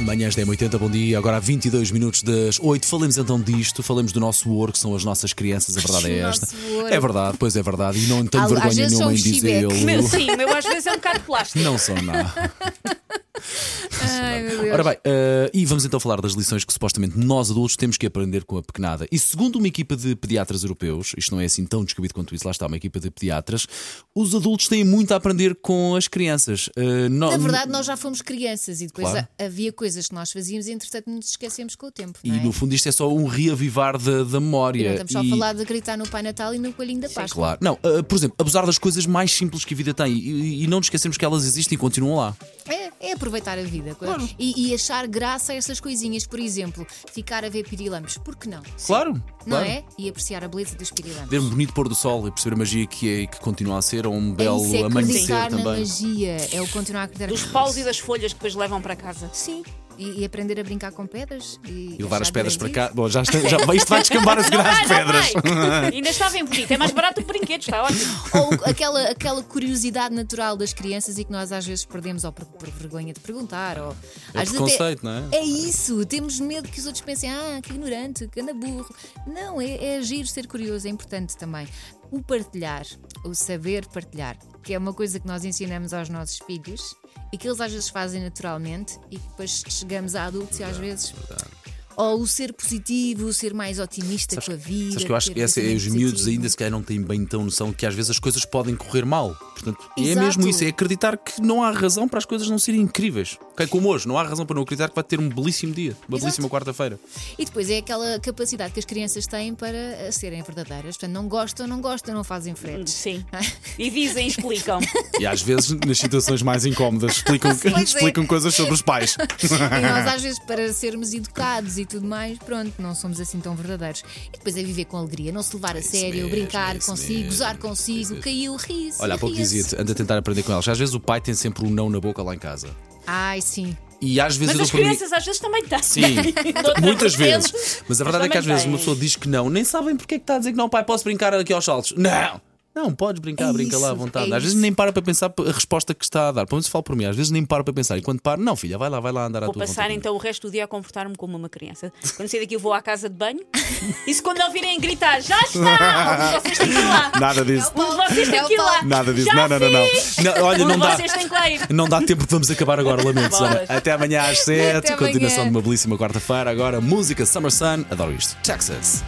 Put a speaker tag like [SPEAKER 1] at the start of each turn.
[SPEAKER 1] Manhãs 1080, bom dia. Agora há 22 minutos das 8. Falemos então disto, falemos do nosso ouro, que são as nossas crianças. A verdade é
[SPEAKER 2] O
[SPEAKER 1] esta.
[SPEAKER 2] nosso ouro.
[SPEAKER 1] É verdade, pois é verdade. E não tenho
[SPEAKER 2] Às- às
[SPEAKER 1] vergonha
[SPEAKER 2] vezes
[SPEAKER 1] nenhuma em
[SPEAKER 2] são os
[SPEAKER 1] dizê-lo.
[SPEAKER 3] Meu, sim, meu às vezes é um bocado plástico.
[SPEAKER 1] Não são nada.
[SPEAKER 2] Ai, meu Deus.
[SPEAKER 1] Ora bem, eh, e vamos então falar das lições que supostamente nós adultos temos que aprender com a pequenada. E segundo uma equipa de pediatras europeus, isto não é assim tão descabido quanto isso, lá está uma equipa de pediatras, os adultos têm muito a aprender com as crianças. Eh, nó-
[SPEAKER 2] Na É verdade, nós já fomos crianças e depois
[SPEAKER 1] Claro.
[SPEAKER 2] ha- havia coisas que nós fazíamos e, entretanto, nos esquecemos com o tempo.
[SPEAKER 1] E
[SPEAKER 2] não é?
[SPEAKER 1] no fundo isto é só um reavivar da, da memória.
[SPEAKER 2] E não estamos só
[SPEAKER 1] E-
[SPEAKER 2] a falar de gritar no Pai Natal e no Coelhinho da Páscoa.
[SPEAKER 1] Claro. Não, ah, por exemplo, abusar das coisas mais simples que a vida tem e, e não nos esquecermos que elas existem e continuam lá.
[SPEAKER 2] É, é aproveitar a vida e, e achar graça a essas coisinhas. Por exemplo, ficar a ver pirilampos. Por que não?
[SPEAKER 1] Claro.
[SPEAKER 2] Não
[SPEAKER 1] claro.
[SPEAKER 2] é? E apreciar a beleza dos pirilampos.
[SPEAKER 1] Ver um bonito pôr do sol e perceber a magia que é e que continua a ser, ou um
[SPEAKER 2] É
[SPEAKER 1] belo
[SPEAKER 2] isso, é
[SPEAKER 1] amanhecer
[SPEAKER 2] acreditar na
[SPEAKER 1] também.
[SPEAKER 2] magia. É o continuar a acreditar.
[SPEAKER 3] Dos paus e das folhas que depois levam para casa.
[SPEAKER 2] Sim. E, e aprender a brincar com pedras. E,
[SPEAKER 1] E levar
[SPEAKER 2] achar
[SPEAKER 1] as pedras para cá.
[SPEAKER 2] divertido.
[SPEAKER 1] Bom, já, está, já isto vai descambar a seguir às pedras.
[SPEAKER 3] Não vai. Ainda está bem bonito, é mais barato que brinquedos, está ótimo.
[SPEAKER 2] Ou aquela, aquela curiosidade natural das crianças e que nós às vezes perdemos ou por, por vergonha de perguntar. Ou,
[SPEAKER 1] É
[SPEAKER 2] às vezes
[SPEAKER 1] preconceito, não é?
[SPEAKER 2] É isso, temos medo que os outros pensem, ah, que ignorante, que anda burro. Não, é, é agir, ser curioso, é importante também. O partilhar, o saber partilhar, que é uma coisa que nós ensinamos aos nossos filhos e que eles às vezes fazem naturalmente e que depois chegamos a adultos e às vezes. Ou o ser positivo, o ser mais otimista com a vida.
[SPEAKER 1] Sabes que eu acho
[SPEAKER 2] ter
[SPEAKER 1] que essa, é, os
[SPEAKER 2] pensamento
[SPEAKER 1] miúdos
[SPEAKER 2] positivo.
[SPEAKER 1] ainda se calhar não têm bem tão noção que às vezes as coisas podem correr mal. Portanto, é
[SPEAKER 2] Exato.
[SPEAKER 1] mesmo isso, é acreditar que não há razão para as coisas não serem incríveis. Ok, como hoje, não há razão para não acreditar que vai ter um belíssimo dia, uma belíssima quarta-feira.
[SPEAKER 2] E depois é aquela capacidade que as crianças têm para eh, serem verdadeiras. Portanto, não gostam, não gostam, não fazem fretes.
[SPEAKER 3] Sim. E dizem, explicam.
[SPEAKER 1] E às vezes, nas situações mais incómodas, explicam,
[SPEAKER 2] Pois é.
[SPEAKER 1] explicam coisas sobre os pais.
[SPEAKER 2] E nós, às vezes, para sermos educados e tudo mais, pronto, não somos assim tão verdadeiros. E depois é viver com alegria, não se levar a
[SPEAKER 1] isso
[SPEAKER 2] sério,
[SPEAKER 1] mesmo, é
[SPEAKER 2] brincar
[SPEAKER 1] isso
[SPEAKER 2] consigo,
[SPEAKER 1] mesmo,
[SPEAKER 2] gozar
[SPEAKER 1] é isso
[SPEAKER 2] consigo,
[SPEAKER 1] mesmo.
[SPEAKER 2] caiu, ri-se.
[SPEAKER 1] Olha, há pouco
[SPEAKER 2] ria-se.
[SPEAKER 1] dizia-te, anda a tentar aprender com elas. Às vezes o pai tem sempre um não na boca lá em casa.
[SPEAKER 2] Ai, sim.
[SPEAKER 1] E às vezes
[SPEAKER 3] Mas
[SPEAKER 1] eu dou
[SPEAKER 3] as
[SPEAKER 1] por mim.
[SPEAKER 3] crianças às vezes também têm.
[SPEAKER 1] Sim,
[SPEAKER 3] Noutras
[SPEAKER 1] muitas
[SPEAKER 3] vertentes,
[SPEAKER 1] vezes. Mas a verdade é que
[SPEAKER 3] também
[SPEAKER 1] às vezes
[SPEAKER 3] têm.
[SPEAKER 1] uma pessoa diz que não, nem sabem porque é que está a dizer que não, pai, posso brincar aqui aos saltos. Não! Não, podes brincar,
[SPEAKER 2] É
[SPEAKER 1] brinca lá à
[SPEAKER 2] isso,
[SPEAKER 1] vontade.
[SPEAKER 2] é
[SPEAKER 1] às vezes
[SPEAKER 2] isso.
[SPEAKER 1] nem para para pensar a resposta que está a dar. Pelo menos falo por mim, às vezes nem para para pensar. E quando paro, não, filha, vai lá, vai lá andar à
[SPEAKER 3] Vou
[SPEAKER 1] tua
[SPEAKER 3] passar
[SPEAKER 1] vontade.
[SPEAKER 3] então o resto do dia a comportar-me como uma criança. Quando sair daqui, eu vou à casa de banho e se quando ouvirem gritar, já está! Vocês têm que ir lá!
[SPEAKER 1] Nada disso.
[SPEAKER 3] Vocês têm
[SPEAKER 2] É o
[SPEAKER 3] que ir lá!
[SPEAKER 2] Paulo.
[SPEAKER 1] Nada disso.
[SPEAKER 3] Já
[SPEAKER 1] Não, não, não, não.
[SPEAKER 3] fiz!
[SPEAKER 1] Não, olha, não dá.
[SPEAKER 3] Vocês têm que lá ir!
[SPEAKER 1] Não dá tempo, vamos acabar agora, lamento. Sara.
[SPEAKER 3] Bolas.
[SPEAKER 1] Até amanhã às 7,
[SPEAKER 2] Até
[SPEAKER 1] continuação
[SPEAKER 2] amanhã.
[SPEAKER 1] de uma belíssima quarta-feira. Agora, música Summer Sun, adoro isto. Texas.